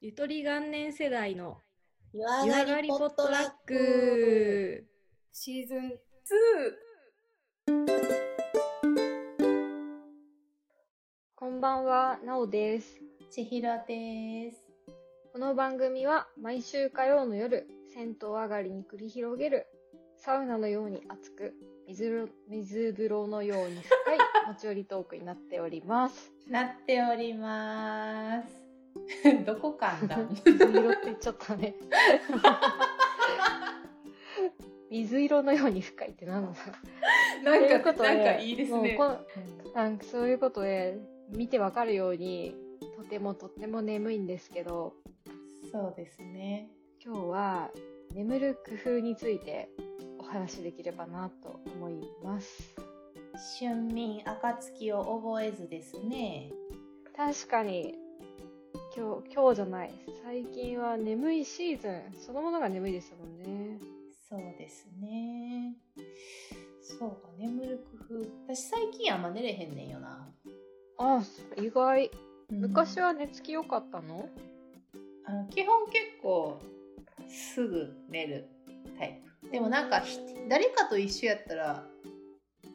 ゆとり元年世代の湯上湯上ががりりポポッットトララッック。ク。シーズン2こんばんは、なおです。ちひろです。この番組は毎週火曜の夜、銭湯上がりに繰り広げる、サウナのように熱く、水ろ水風呂のように深い持ち寄りトークになっております。なっており ます。どこ感だ水色って言っちゃったね。水色のように深いってなんだなということでもうこのうなんかそういうことで、見てわかるように、とてもとっても眠いんですけど、んそうですね。今日は眠る工夫についてお話しできればなと思います春眠暁を覚えずですね。確かに今日今日じゃない最近は眠いシーズンそのものが眠いですもんねそうですね。そうか、眠る工夫。私最近あんま寝れへんねんよな。あ意外うん昔は寝つき良かったの、あの基本結構すぐ寝るタイプでもなんかひ誰かと一緒やったら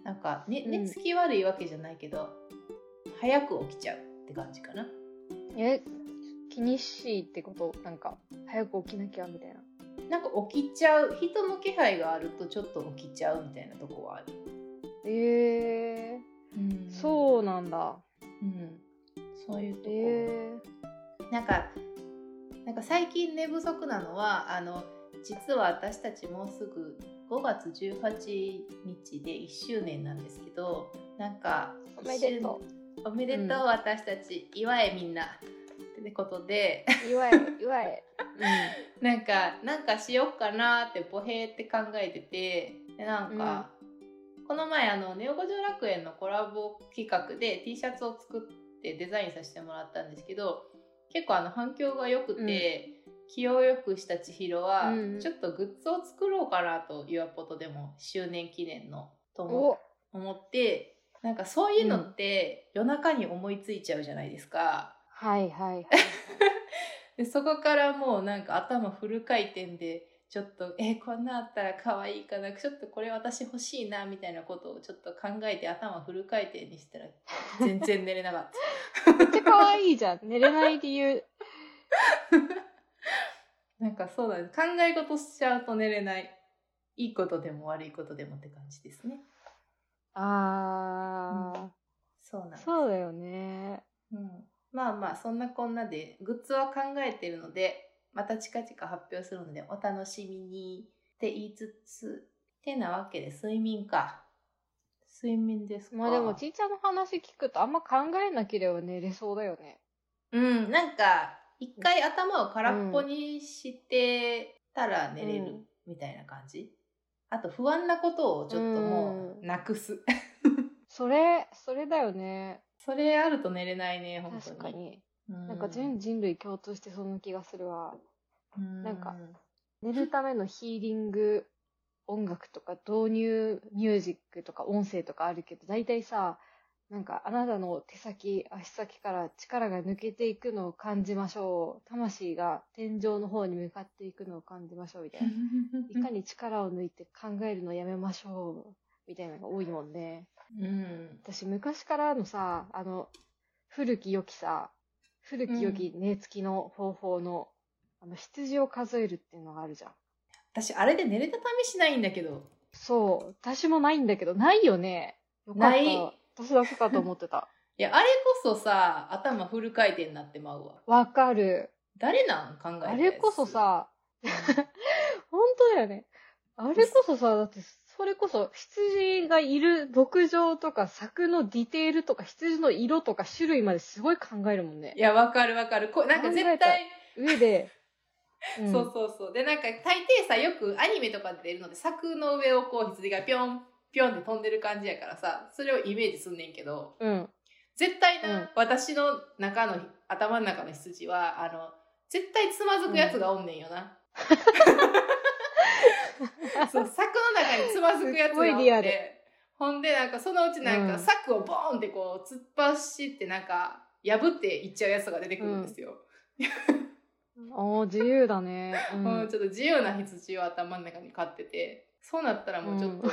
なんか、ね、うん寝つき悪いわけじゃないけど、早く起きちゃうって感じかなえ気にしいってことなんか早く起きなきゃみたいななんか起きちゃう人の気配があるとちょっと起きちゃうみたいなとこはある、えうんー、そうなんだう、ん、そういうとえこ、なんかなんか最近寝不足なのはあの実は私たちもうすぐ5月18日で1周年なんですけどなんかー、おめでとうおめでとう、うん私たち祝えみんなってことでう祝え祝え、うんなんかなんかしよっかなってボヘーって考えててでなんか、この前あのネオ五条楽園のコラボ企画で T シャツを作ってデザインさせてもらったんですけど結構あの反響が良くて、気を良くした千尋は、うんちょっとグッズを作ろうかなというポトでも周年記念のと思お思ってなんかそういうのって夜中に思いついちゃうじゃないですか。はいはいはい。でそこからもうなんか頭フル回転でちょっとえこんなあったら可愛いかなちょっとこれ私欲しいなみたいなことをちょっと考えて頭フル回転にしたら全然寝れなかっためっちゃ可愛い じゃん。寝れない理由。 なんかそうだね考え事しちゃうと寝れないいいことでも悪いことでもって感じですねあー、そうなんですそうだよね。うん、まあまあそんなこんなでグッズは考えてるのでまた近々発表するのでお楽しみにって言いつつてなわけで睡眠か睡眠ですかまあでも、ちいちゃんの話聞くとあんま考えなければ寝れそうだよね。うんなんか一回頭を空っぽにしてたら寝れうるんみたいな感じ、あと不安なことをちょっともうなくす、それ、それだよね。それあると寝れないね本当確かに。うなんか全人類共通してその気がするわ。なんかうん寝るためのヒーリング音楽とか導入ミュージックとか音声とかあるけど、大体さ、なんかあなたの手先、足先から力が抜けていくのを感じましょう。魂が天井の方に向かっていくのを感じましょうみたいな。いかに力を抜いて考えるのをやめましょう。みたいなのが多いもんね。うん私昔からのさ、あの、古き良きさ、古き良き寝つきの方法の、あの、羊を数えるっていうのがあるじゃん。私あれで寝れた試しないんだけどそう。私もないんだけど、ないよね。よかったない私だけかと思って た。いや、あれこそさ、頭フル回転になってまうわ。わかる。誰なん考えたやつあれこそ、さ、 本当だよね。あれこそさ、だって、それこそ羊がいる牧場とか柵のディテールとか羊の色とか種類まですごい考えるもんねい。や、わかるわかる。こなんか絶考対、上で、 うんそうそうそう。で、なんか大抵さ、よくアニメとかで出るので、柵の上をこう羊がぴょんぴょんって飛んでる感じやからさ、それをイメージすんねんけど、うん。絶対な、うん私の中の、頭の中の羊は、あの、絶対つまずくやつがおんねん よな。そう柵の中につまずくやつがすおっっごいリアルてほんでなんかそのうちなんうかん柵をボーンってこう突っ走ってなんか破っていっちゃうやつが出てくるんですよ。おー、自由だね。 うんうん、ちょっと自由な羊を頭の中に飼っててそうなったらもうちょっ と、う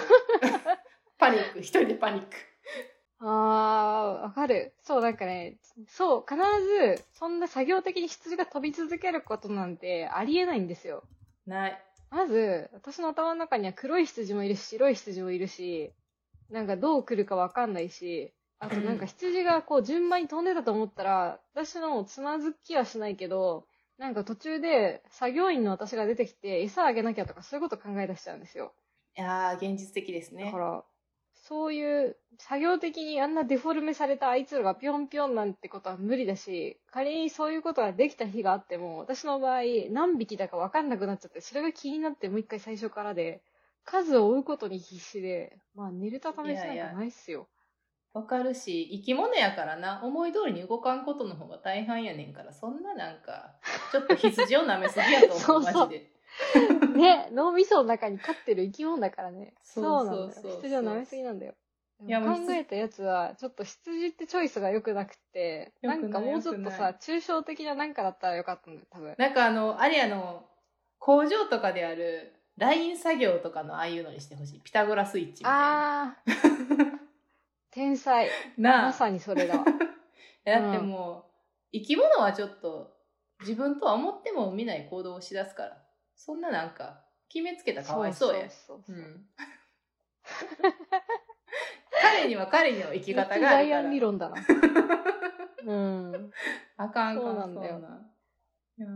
パニック一人でパニックあー、わかる。そう、なんかね、そう、必ず、そんな作業的に羊が飛び続けることなんてありえないんですよ。ないまず、私の頭の中には黒い羊もいるし、白い羊もいるし、なんかどう来るかわかんないし、あとなんか羊がこう順番に飛んでたと思ったら、私のつまずきはしないけど、なんか途中で作業員の私が出てきて餌あげなきゃとかそういうこと考え出しちゃうんですよ。いやー現実的ですだねから、そういう作業的にあんなデフォルメされたあいつらがぴょんぴょんなんてことは無理だし、仮にそういうことができた日があっても、私の場合何匹だかわかんなくなっちゃって、それが気になってもう一回最初からで、数を追うことに必死で、まあ寝るたためしなんいやいかやないっすよ。わかるし生き物やからな思い通りに動かんことの方が大半やねんからそんななんかちょっと羊を舐めすぎやと そ思ううそうマジでね、脳みその中に飼ってる生き物だからね。そうなんだそうそうそよ。う羊を舐めすぎなんだよ。いやもう考えたやつは、ちょっと羊ってチョイスが良くなくて、良なくないんかもうちょっと良くないさ、抽象的ななんかだったらよかったんだよ、多分。なんかあのあれやの工場とかであるライン作業とかのああいうのにしてほしいピタゴラスイッチみたいなああ。天才。なあまさにそれだわ。 だってもう、生き物はちょっと自分とは思っても見ない行動をしだすからそんななんか決めつけたらかわいそうやそううそうそうん彼には彼には生き方めっちゃがあるかダらイアン理 論だな。うん。あかんあかんそうなんだよそうなんいや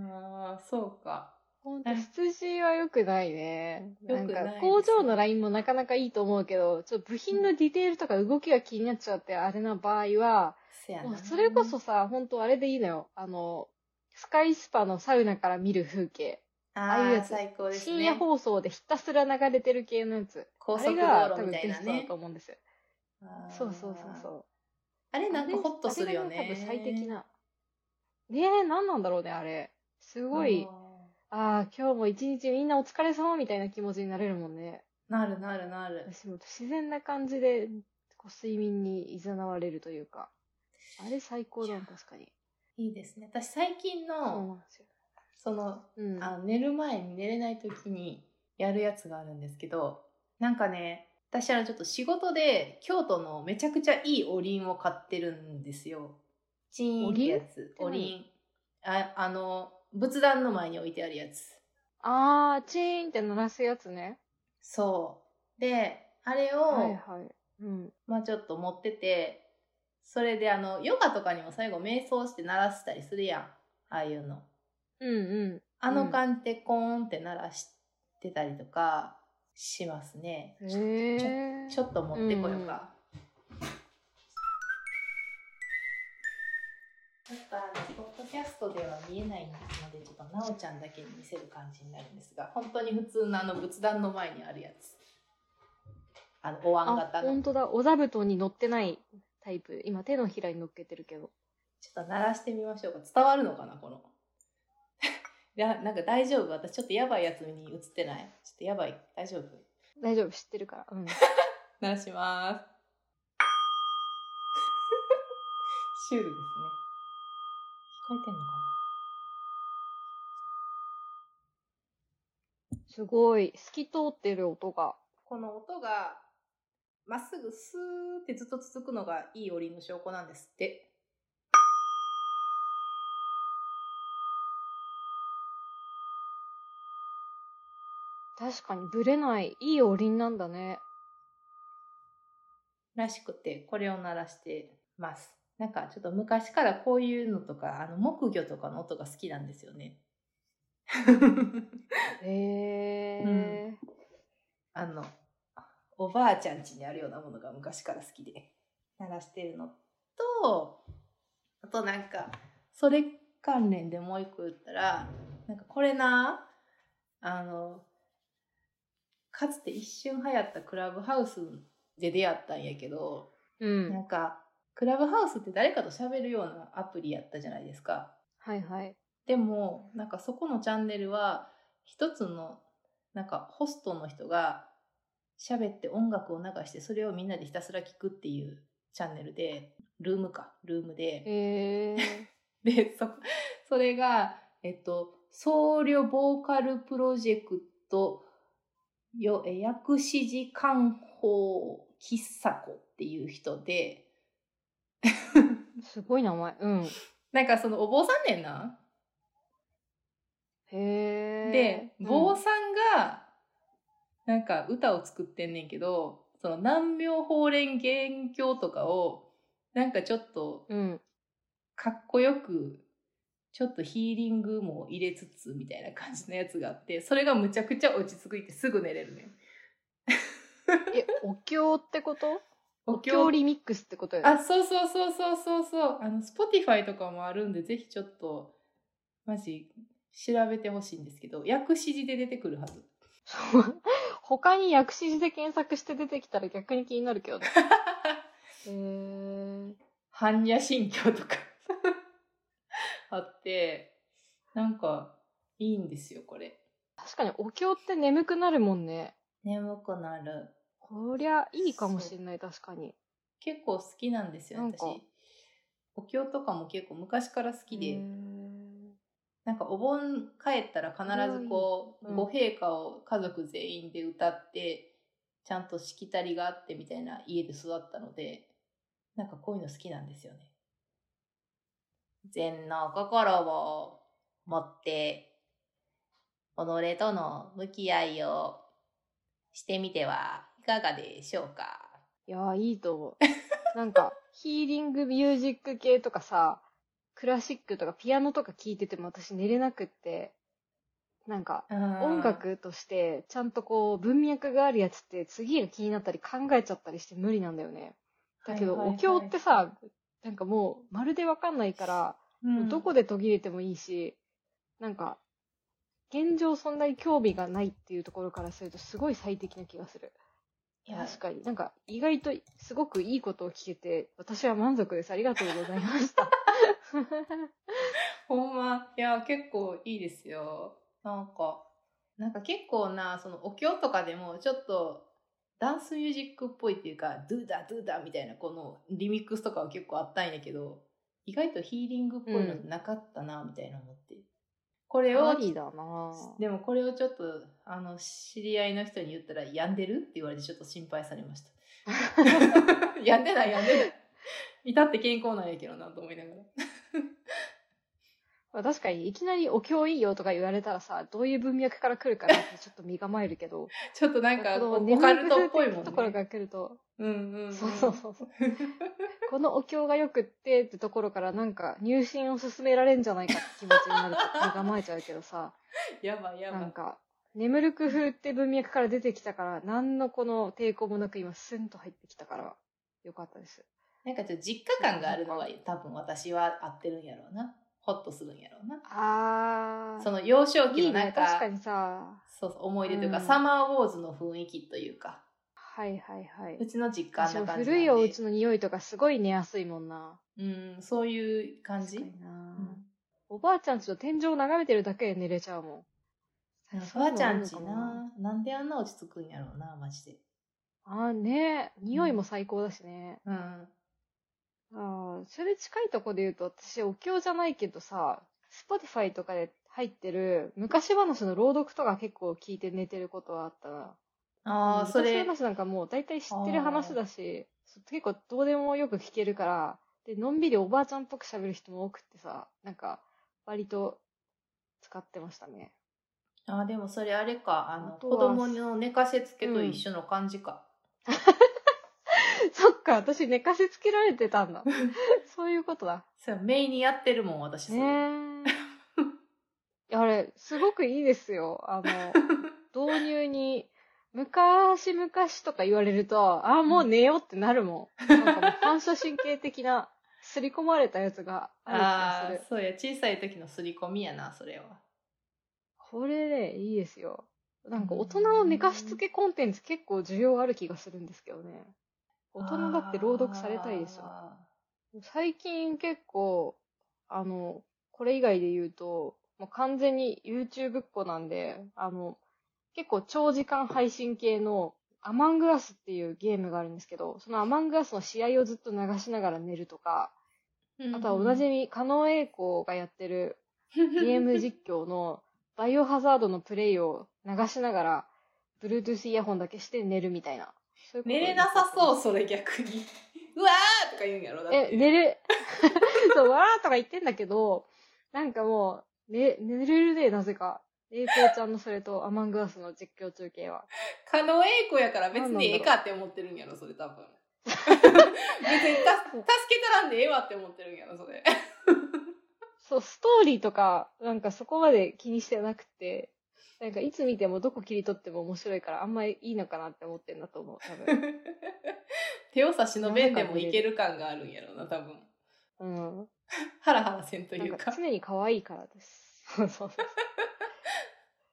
ーそうか本当羊は良くないね。良くないですんか工場のラインもなかなかいいと思うけど、ちょっと部品のディテールとか動きが気になっちゃうってあれな場合は、せやもうなそれこそさ、本当あれでいいのよ。あの、スカイスパのサウナから見る風景。あああいうーやつ最高です深夜ね放送でひたすら流れてる系のやつ。高あ速れ道が多路分みたいベなストだねと思うんですよ。あーそうそうそうそう。あれなんかホッとするよねあれが多分最適な。ねえ、何なんだろうね、あれ。すごい、ああ、今日も一日みんなお疲れ様みたいな気持ちになれるもんね。あーなるなるなる私も自然な感じで、こう睡眠に誘われるというか。あれ最高だもん、確かに。いいですね私最近そうのなんですよ。そのうん。あ寝る前に寝れない時にやるやつがあるんですけどなんかね私はちょっと仕事で京都のめちゃくちゃいいおりんを買ってるんですよ。チーンってやつおおりりんああの仏壇の前に置いてあるやつあー、チーンって鳴らすやつね。そうであれを、はいはい。うん。まあちょっと持っててそれであのヨガとかにも最後瞑想して鳴らしたりするやんああいうのうんうあの感じでコーンって鳴らしてたりとかしますね、ん。へえ。ちょっと持ってこようか。ちょっとあの、ポッドキャストでは見えないので、ちょっとなおちゃんだけに見せる感じになるんですが、本当に普通のあの仏壇の前にあるやつ。あの、お椀あ、型ほの。んちょとだ。お座布団に乗ってないタイプ。今手のひらに乗っけてるけど。っと鳴らしてみましょうか。伝わるのかな、この。 いや、なんか大丈夫。私ちょっとやばいやつに映ってない。ちょっとやばい。大丈夫。大丈夫、知ってるから。うん。 鳴らします。 シュールですね。聞こえてんのかすごい。透き通ってる音が。なこの音が、まっすぐスーってずっと続くのがいいおりの証拠なんですって。確かにブレない、いいおりんなんだね。らしくて、これを鳴らしてます。なんかちょっと昔からこういうのとか、あの木魚とかの音が好きなんですよ ね。へえ、うんあの、おばあちゃん家にあるようなものが昔から好きで、鳴らしてるのと、あとなんか、それ関連でもう一個言ったら、なんかこれな、あの、かつて一瞬流行ったクラブハウスで出会ったんやけど、うん。なんか、クラブハウスって誰かと喋るようなアプリやったじゃないですか。はいはい。でもなんかそこのチャンネルは一つのなんかホストの人が喋って音楽を流してそれをみんなでひたすら聞くっていうチャンネルでルームかルームでへえでそそれがえっと僧侶ボーカルプロジェクトよえ薬師寺官法喫茶子っていう人で、すごい名前。うん。なんかそのお坊さんねんな。へえ。で、うん坊さんが、なんか歌を作ってんねんけど、その南明法蓮元経とかを、なんかちょっとうん。かっこよく、ちょっとヒーリングも入れつつみたいな感じのやつがあって、それがむちゃくちゃ落ち着いてすぐ寝れるねん。え、お経ってことおお経リミックスってことよね。あ、そうそうそうそうそうそう。あの、Spotify とかもあるんで、ぜひちょっと、マジ、調べてほしいんですけど、薬師寺で出てくるはず。そう 他に薬師寺で検索して出てきたら逆に気になるけどね。へー般若心経とか あって、なんか、いいんですよ、これ。確かにお経って眠くなるもんね。眠くなる。こりゃいいかもしれない、確かに。結構好きなんですよ、なんね、か私。お経とかも結構昔から好きで、へーなんかお盆帰ったら必ずこう、うんご陛下を家族全員で歌って、ちゃんとしきたりがあってみたいな家で育ったので、なんかこういうの好きなんですよね。善の心を持って、己との向き合いをしてみてはいかがでしょうか。いやー、いいと思う。 なんか、ヒーリングミュージック系とかさ、クラシックとかピアノとか聴いてても私寝れなくって、なんか、音楽としてちゃんとこう文脈があるやつって次が気になったり考えちゃったりして無理なんだよね。だけど、はいはいはいお経ってさ、なんかもうまるでわかんないから、もうどこでで途切れてもいいし、なんか、現状そんなに興味がないっていうところからするとすごい最適な気がする。いや確かに。なんか意外とすごくいいことを聞けて、私は満足です。ありがとうございま した。ほんま、いや、結構いいですよ。なんか、なんか結構な、そのお経とかでも、ちょっと、ダンスミュージックっぽいっていうか、ドゥダドゥダみたいな、このリミックスとかは結構あったんやけど、意外とヒーリングっぽいのなかったな、みたいな思って。これをあ、りだなぁでもこれをちょっと、あの、知り合いの人に言ったら、病んでるって言われてちょっと心配されました。 病んでない、病んでない。至って健康なんやけどな、と思いながら。まあ確かに、いきなりお経いいよとか言われたらさ、どういう文脈から来るかなってちょっと身構えるけど、ちょっとなんか、このオカルトっぽい眠くすもんるね。ところが来ると、うんうん、うん。そうそうそうそう。このお経がよくってってところからなんか入信を勧められんじゃないかって気持ちになると身構えちゃうけどさ、やばいやばなんい。か、眠る工夫って文脈から出てきたから、何のこの抵抗もなく今スンと入ってきたから、よかったです。なんかちょっと実家感があるのが多分私は合ってるんやろうな。ホッとするんやろうな。あー、その幼少期いいのなねん。か確かにさ、そうそう思い出というか、うんサマーウォーズの雰囲気というか、はいはいはうい。ちの実家あん私なも感じなんで。古いお家の匂いとかすごい寝やすいもんな。うん、そういう感じ。確うかにな、んおばあちゃんちの天井を眺めてるだけで寝れちゃうもん。おばあちゃんちそういうのあるのかな。な、なんであんな落ち着くんやろうな、マジで。あーね匂いも最高だしね。うん。ああ、それ近いとこで言うと、私、お経じゃないけどさ、Spotify とかで入ってる昔話の朗読とか結構聞いて寝てることはあったな。あうあ、んそれ。昔話なんかもう大体知ってる話だし、そう結構どうでもよく聞けるから、で、のんびりおばあちゃんっぽく喋る人も多くってさ、なんか、割と使ってましたね。 ああ、でもそれあれか、あの、あと子は供の寝かせつけと一緒の感じか。そっか、私寝かせつけられてた んだ。そういうことだ。そう、メイにやってるもん、私。そねれ え。いやあれ、すごくいいですよ。あの、導入に、昔々とか言われると、ああ、もう寝ようってなるもん。なんかもう反射神経的な、すり込まれたやつがある気あがすあるー。そうや小さい時の刷り込みやなそれはこれね、いいですよ。なんか大人の寝かしつけコンテンツ結構需要ある気がするんですけどね。大人だって朗読されたいでしょ。あ最近結構、あの、これ以外で言うと、もう完全に YouTube っ子なんで、あの、結構長時間配信系のアマングアスっていうゲームがあるんですけど、そのアマングアスの試合をずっと流しながら寝るとか、ー あとはおなじみ、加納栄子がやってる、ゲーム実況のバイオハザードのプレイを流しながら、Bluetooth イヤホンだけして寝るみたいな。そういうこと寝れなさそう、それ逆に。 うわーとか言うんやろだって。え、寝る、 そう、わーとか言ってんだけど、なんかもう、ね、寝れるね、なぜか。栄光ちゃんのそれとアマングアスの実況中継は。狩野英孝やから別にええかって思ってるんやろ、それ 多分。別にた助けたらんでええわって思ってるんやろ、それ。 そう、ストーリーとか、なんかそこまで気にしてなくて、なんかいつ見てもどこ切り取っても面白いからあんまりいいのかなって思ってんだと思う、多 分。手を差し伸べんでもいける感があるんやろな、多分。うん。ハラハラせんとないんうかか。常に可愛いから です。そうそうそう。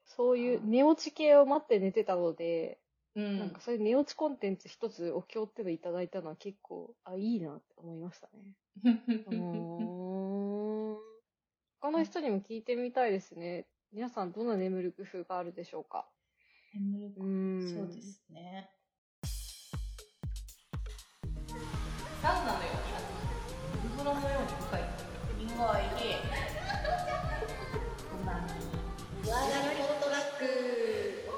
そういう寝落ち系を待って寝てたので、うなんんか。そういう寝落ちコンテンツ一つお経ってのいただいたのは結構、あ、いいなって思いましたね。 うー ん他の人にも聞いてみたいですね。皆さんどんな眠る工夫があるでしょうか眠るうーん。そうで。すね。サウナのように、お風呂のように深い。苦いで。うまみ。わがりオートラック。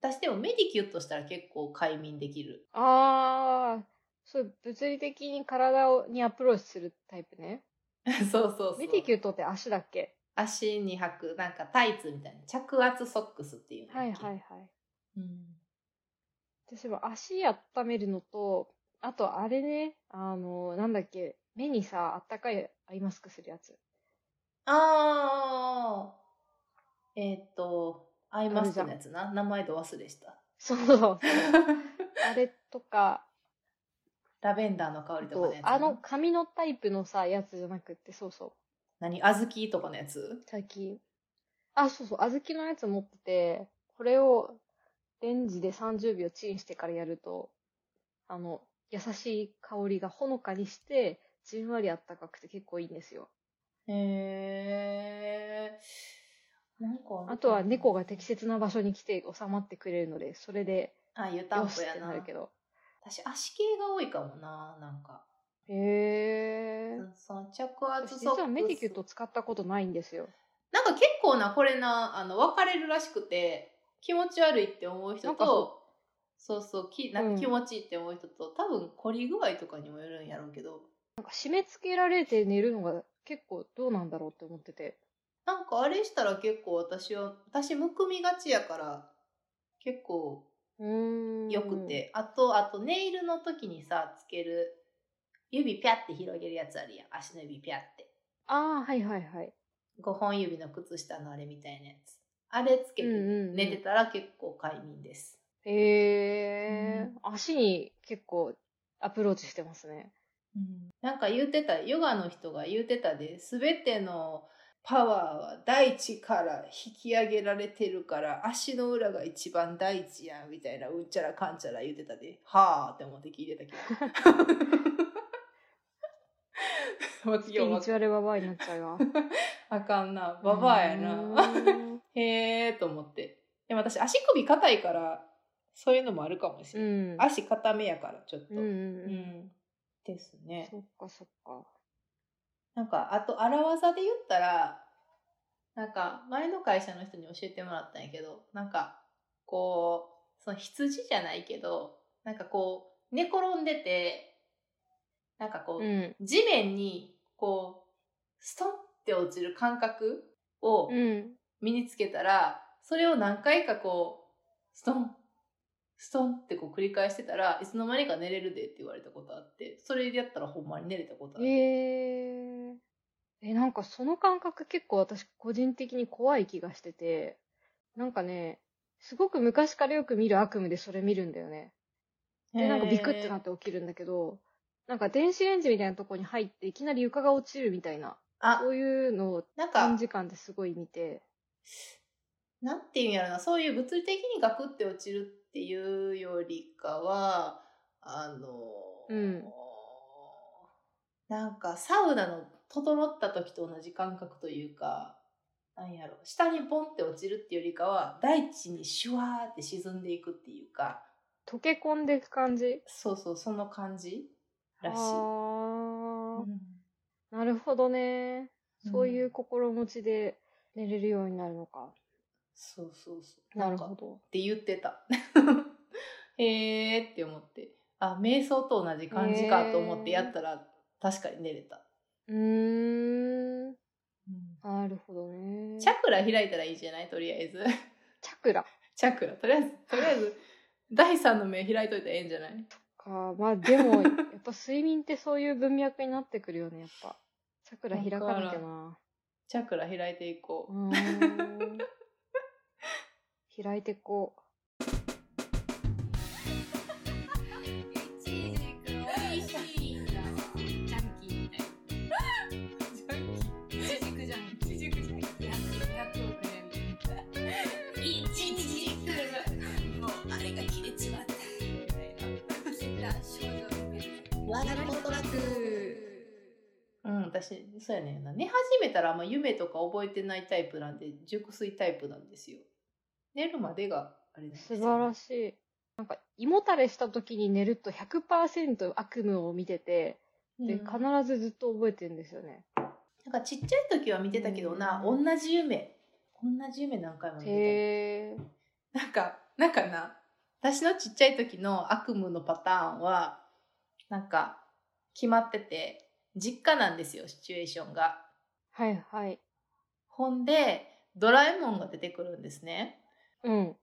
私でも目にキュッとしたら結構快眠できる。あー、そう、物理的に体をにアプローチするタイプね。そうそうそう。メティキュートって足だっけ足に履く、なんかタイツみたいな。着圧ソックスっていうのはいはいはい。うん。私は足温めるのと、あとあれね、あの、なんだっけ、目にさ、あったかいアイマスクするやつ。ああ。えーっ、と、アイマスクのやつな。名前ど忘れ した。そうそうそう。あれとか、ラベンダーの香りとかのやつな。あの紙のタイプのさやつじゃなくってそうそう何小豆とかのやつ最近あそうそう小豆のやつ持っててこれをレンジで30秒チンしてからやるとあの優しい香りがほのかにしてじんわりあったかくて結構いいんですよへえ。なんかあとは猫。が適切な場所に来て収まってくれるのでそれであ、湯たんよぽしやってなな。るけど私、足系が多いかもな、なんか。へえその着圧実ソックス。はメディキュット使ったことないんですよなんか結構な、これな、あの、別れるらしくて、気持ち悪いって思うな人んかとそ、そうそうき、なんか気持ちいいって思う人と、多分凝り具合とかにもよるんやろうけど、なんか締め付けられて寝るのが結構どうなんだろうって思っててなんかあれしたら結構私は、私むくみがちやから、結構うーんよくて、あと、あとネイルの時にさ、つける、指ピャって広げるやつあるやん。足の指ピャって。ああ、はいはいはい。 5本指の靴下のあれみたいなやつ。あれつけてうんうんうん寝てたら結構快眠です。へえ、う足に結構アプローチしてますね。なんか言うてた、ヨガの人が言うてたで、すべてのパワーは大地から引き上げられてるから、足の裏が一番大地やん、みたいな、うんちゃらかんちゃら言うてたで、はあって思って聞いてたけ ど。わけ気よにわちわれババアになっちゃうよ。あかんな、 ババアやな。うーん。へえーと思って。でも私、足首硬いから、そういうのもあるかもしうれない。ん。足硬めやから、ちょっと。うんうんううん。んですね。そっかそっか。なんか、あと、荒技で言ったら、なんか、前の会社の人に教えてもらったんやけど、なんか、こう、その羊じゃないけど、なんかこう、寝転んでて、なんかこう、うん。地面に、こう、ストンって落ちる感覚をうん。身につけたら、それを何回かこう、ストン、ストンってこう繰り返してたらいつの間にか寝れるでって言われたことあって、それでやったらほんまに寝れたことある。へえ。え、なんかその感覚結構私個人的に怖い気がしてて、なんかね、すごく昔からよく見る悪夢でそれ見るんだよね。で、なんかビクってなって起きるんだけど、なんか電子レンジみたいなとこに入っていきなり床が落ちるみたいな、あそういうのをなん短か、時間ですごい見て。なんていうんやろな、そういう物理的にガクって落ちるっていうよりかは、あのーうんなんかサウナの整った時と同じ感覚というか、なんやろ、下にポンって落ちるっていうよりかは、大地にシュワーって沈んでいくっていうか、溶け込んでいく感じそうそう、その感じらしい。あーなるほどね。そういう心持ちで寝れるようになるのか。そうそうそう。ななるんかほっど。て言ってた。 へーって思って。あ、瞑想と同じ感じかと思ってやったら、確かに寝れた。うーん。なるほどね。チャクラ開いたらいいじゃないとりあえず。 チャクラチャクラ。とりあえず、とりあえず、第三の目開いといたらええんじゃないか。まあでも、 やっぱ睡眠ってそういう文脈になってくるよね、やっぱ。チャクラ開かなきゃな。チャクラ開いていこうう。ーん。開いてこ美味しいんだジャンキーみたいジャンキーちじくジャンキーちじくジャンキー納豆くれみたいないちじくもうあれが切れちまったみたいな禁断症状レベルわがことなくうん、私、そうやねんな。寝始めたらあんま夢とか覚えてないタイプなんで、熟睡タイプなんですよ。寝るまでが、あれなんう。です素晴らい。しい。なんか、胃もたれした時に寝ると100%悪夢を見てて、で、で、必かなずずっと覚えてるんですよね。なんかちっちゃい時は見てたけどな、う同じ夢。同じ夢何回も見てへえ。た。なんか、なんかな、私のちっちゃい時の悪夢のパターンは、なんか、決まってて、実家なんですよ、シチュエーションが。はいはい。ほんで、ドラえもんが出てくるんですね。うん。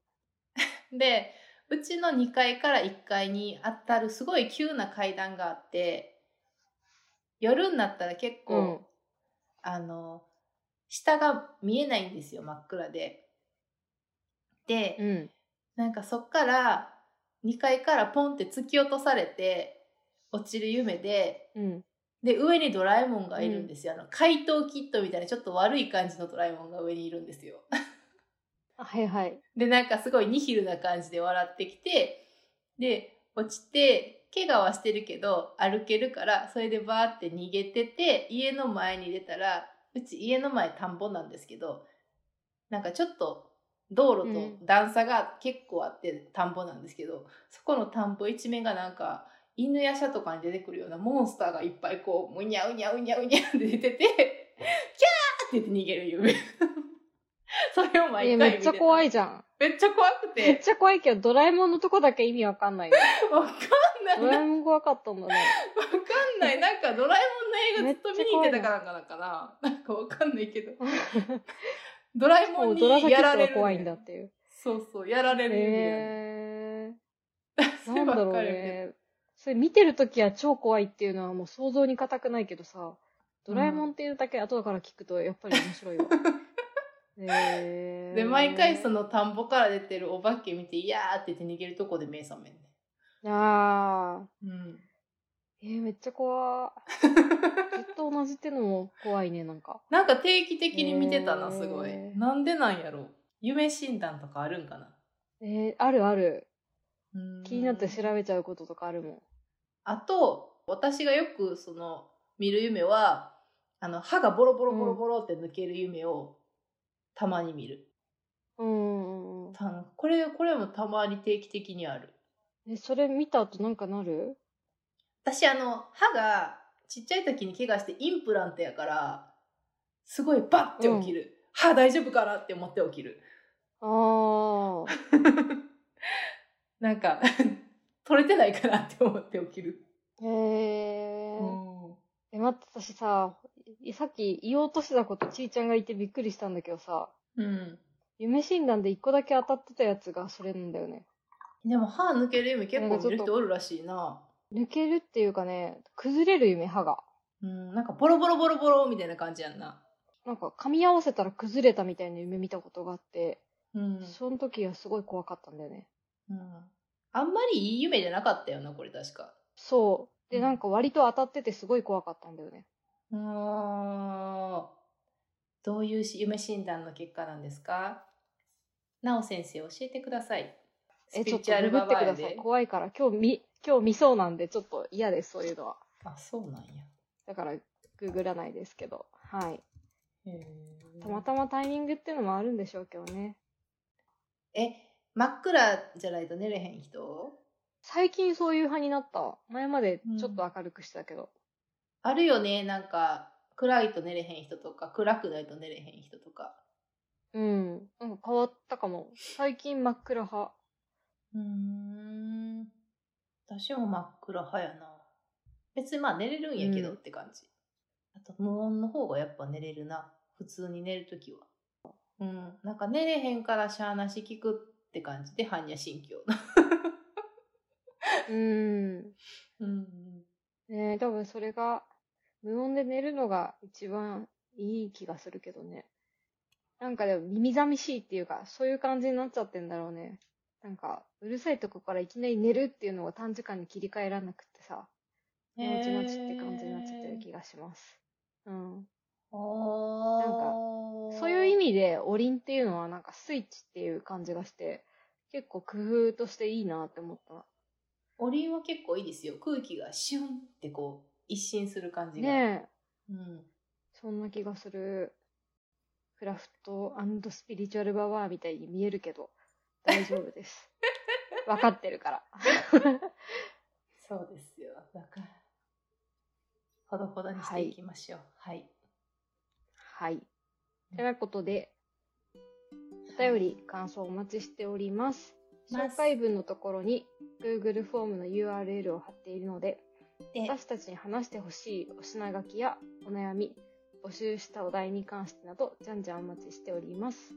で、うちの2階から1階にあたるすごい急な階段があって、夜になったら結構、うんあの、下が見えないんですよ、真っ暗で。で、うん。なんかそっから2階からポンって突き落とされて、落ちる夢で、うん。で、上にドラえもんがいるんですよ。あの、怪盗キットみたいなちょっと悪い感じのドラえもんが上にいるんですよ。あはいはい。で、なんかすごいニヒルな感じで笑ってきて、で、落ちて、怪我はしてるけど、歩けるから、それでバーって逃げてて、家の前に出たら、うち家の前田んぼなんですけど、なんかちょっと、道路と段差が結構あって田んぼなんですけど、そこの田んぼ一面がなんか、犬やシャとかに出てくるようなモンスターがいっぱいこう、むにゃうにゃうにゃうにゃって出てて、キャーって言って逃げる夢。 それを毎え回見てた。めっちゃ怖いじゃん。めっちゃ怖く、めってちゃ怖いけど、ドラえもんのとこだけ意味わかんないね。わかんない、ドわラかえもん怖かったんだ ね。んない、なんかドラえもんの映画ずっと見に行ってたからかなかな、なんかわかんないけ ど、ドラえももんうドラサにキッやトられはる、怖いんだっ。ていう。そうそう、やられる夢やね。へえ。そなれんばっだかろうりやけね。それ見てるときは超怖いっていうのはもう想像に難くないけどさ、ドラえもんっていうだけ後から聞くとやっぱり面白いわ。へどえ。で、毎回その田んぼから出てるお化け見て、いやーって言って逃げるとこで目覚めんね。ああ。うん。えー、めっちゃ怖い。ずっと同じってのも怖いね、なんか。なんか定期的に見てたな、すごいへ。ーなんでなんやろう。夢診断とかあるんかなえー、あるある。うん気になって調べちゃうこととかあるもん。あと、私がよくその見る夢は、あの歯がボロボロボロボロって抜ける夢をたまに見る。うんうんうん。たこれ、これもたまに定期的にある。え、それ見た後なんかなる私あの歯がちっちゃい時に怪我してインプラントやから、すごいバッて起きる。歯大丈夫かなって思って起きる。ああ。なんか、 取れてないかなって思って起きる。へえ。うんえ、待って、私さ、いさっき言おうとしてたこと、ちーちゃんが言ってびっくりしたんだけどさ、うん。夢診断で一個だけ当たってたやつがそれなんだよね。でも歯抜ける夢結構見る人おるらしいな。抜けるっていうかね、崩れる夢、歯が。うん、なんかボロボロボロボロみたいな感じやんな。なんか噛み合わせたら崩れたみたいな夢見たことがあって、うんその時はすごい怖かったんだよね。うんあんまりいい夢じゃなかったよな、これ確か。そう。うで、んなんか割と当たっててすごい怖かったんだよね。うーんどういう夢診断の結果なんですかなお先生、教えてください。え、スちょピっとリチュアグルグバってバくアやださい。で。怖いから、今日見、今日見そうなんで、ちょっと嫌です、そういうのは。あ、そうなんや。だから、ググらないですけど。はい。へーたまたまタイミングっていうのもあるんでしょうけどね。え、真っ暗じゃないと寝れへん人最近そういう派になった。前までちょっと明るくしてたけど。あるよね、なんか、暗いと寝れへん人とか、暗くないと寝れへん人とか。うん。なんか変わったかも。最近真っ暗派。うーん。私も真っ暗派やな。別にまあ寝れるんやけどうっんて感じ。あと無音の方がやっぱ寝れるな。普通に寝るときは。うん。なんか寝れへんからしゃあなし聞くって感じで、般若心経。うん。うん。ねえ、多分それが、無音で寝るのが一番いい気がするけどね。なんかでも耳寂しいっていうか、そういう感じになっちゃってんだろうね。なんか、うるさいとこからいきなり寝るっていうのが短時間に切り替えらんなくってさ、寝落ち待ちって感じになっちゃってる気がします。うん。おー。そういう意味で、おりんっていうのはなんかスイッチっていう感じがして、結構工夫としていいなって思った。おりんは結構いいですよ。空気がシュンってこう、一新する感じが。ねえ。うん。そんな気がする。クラフトスピリチュアルババアみたいに見えるけど、大丈夫です。わかってるから。そうですよ。だから、ほどほどにしていきましょう。はい。はい。てなことで、お便り、感想お待ちしております。ま紹す介文のところに Google フォームの URL を貼っているので、で、私たちに話してほしいお品書きやお悩み、募集したお題に関してなど、じゃんじゃんお待ちしております。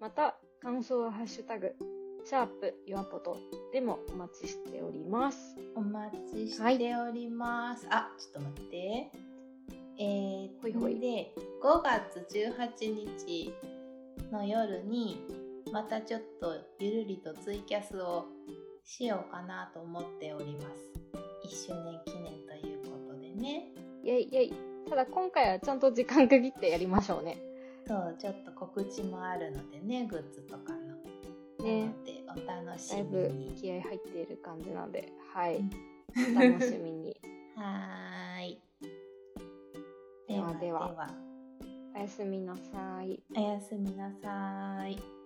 また、感想はハッシュタグ、シャープ、よわぽとでもお待ちしております。お待ちしております。あ、ちょっと待って。えー、ほいほいで、5月18日の夜に、またちょっとゆるりとツイキャスをしようかなと思っております。1周年記念ということでね。イェイイェイ。ただ今回はちゃんと時間区切ってやりましょうね。そう、ちょっと告知もあるのでね、グッズとかの。なねので、お楽しだいみぶに。気合入っている感じなんで、はい。んお楽しみに。はーい。ではではではおやすみなさい。おやすみなさーい。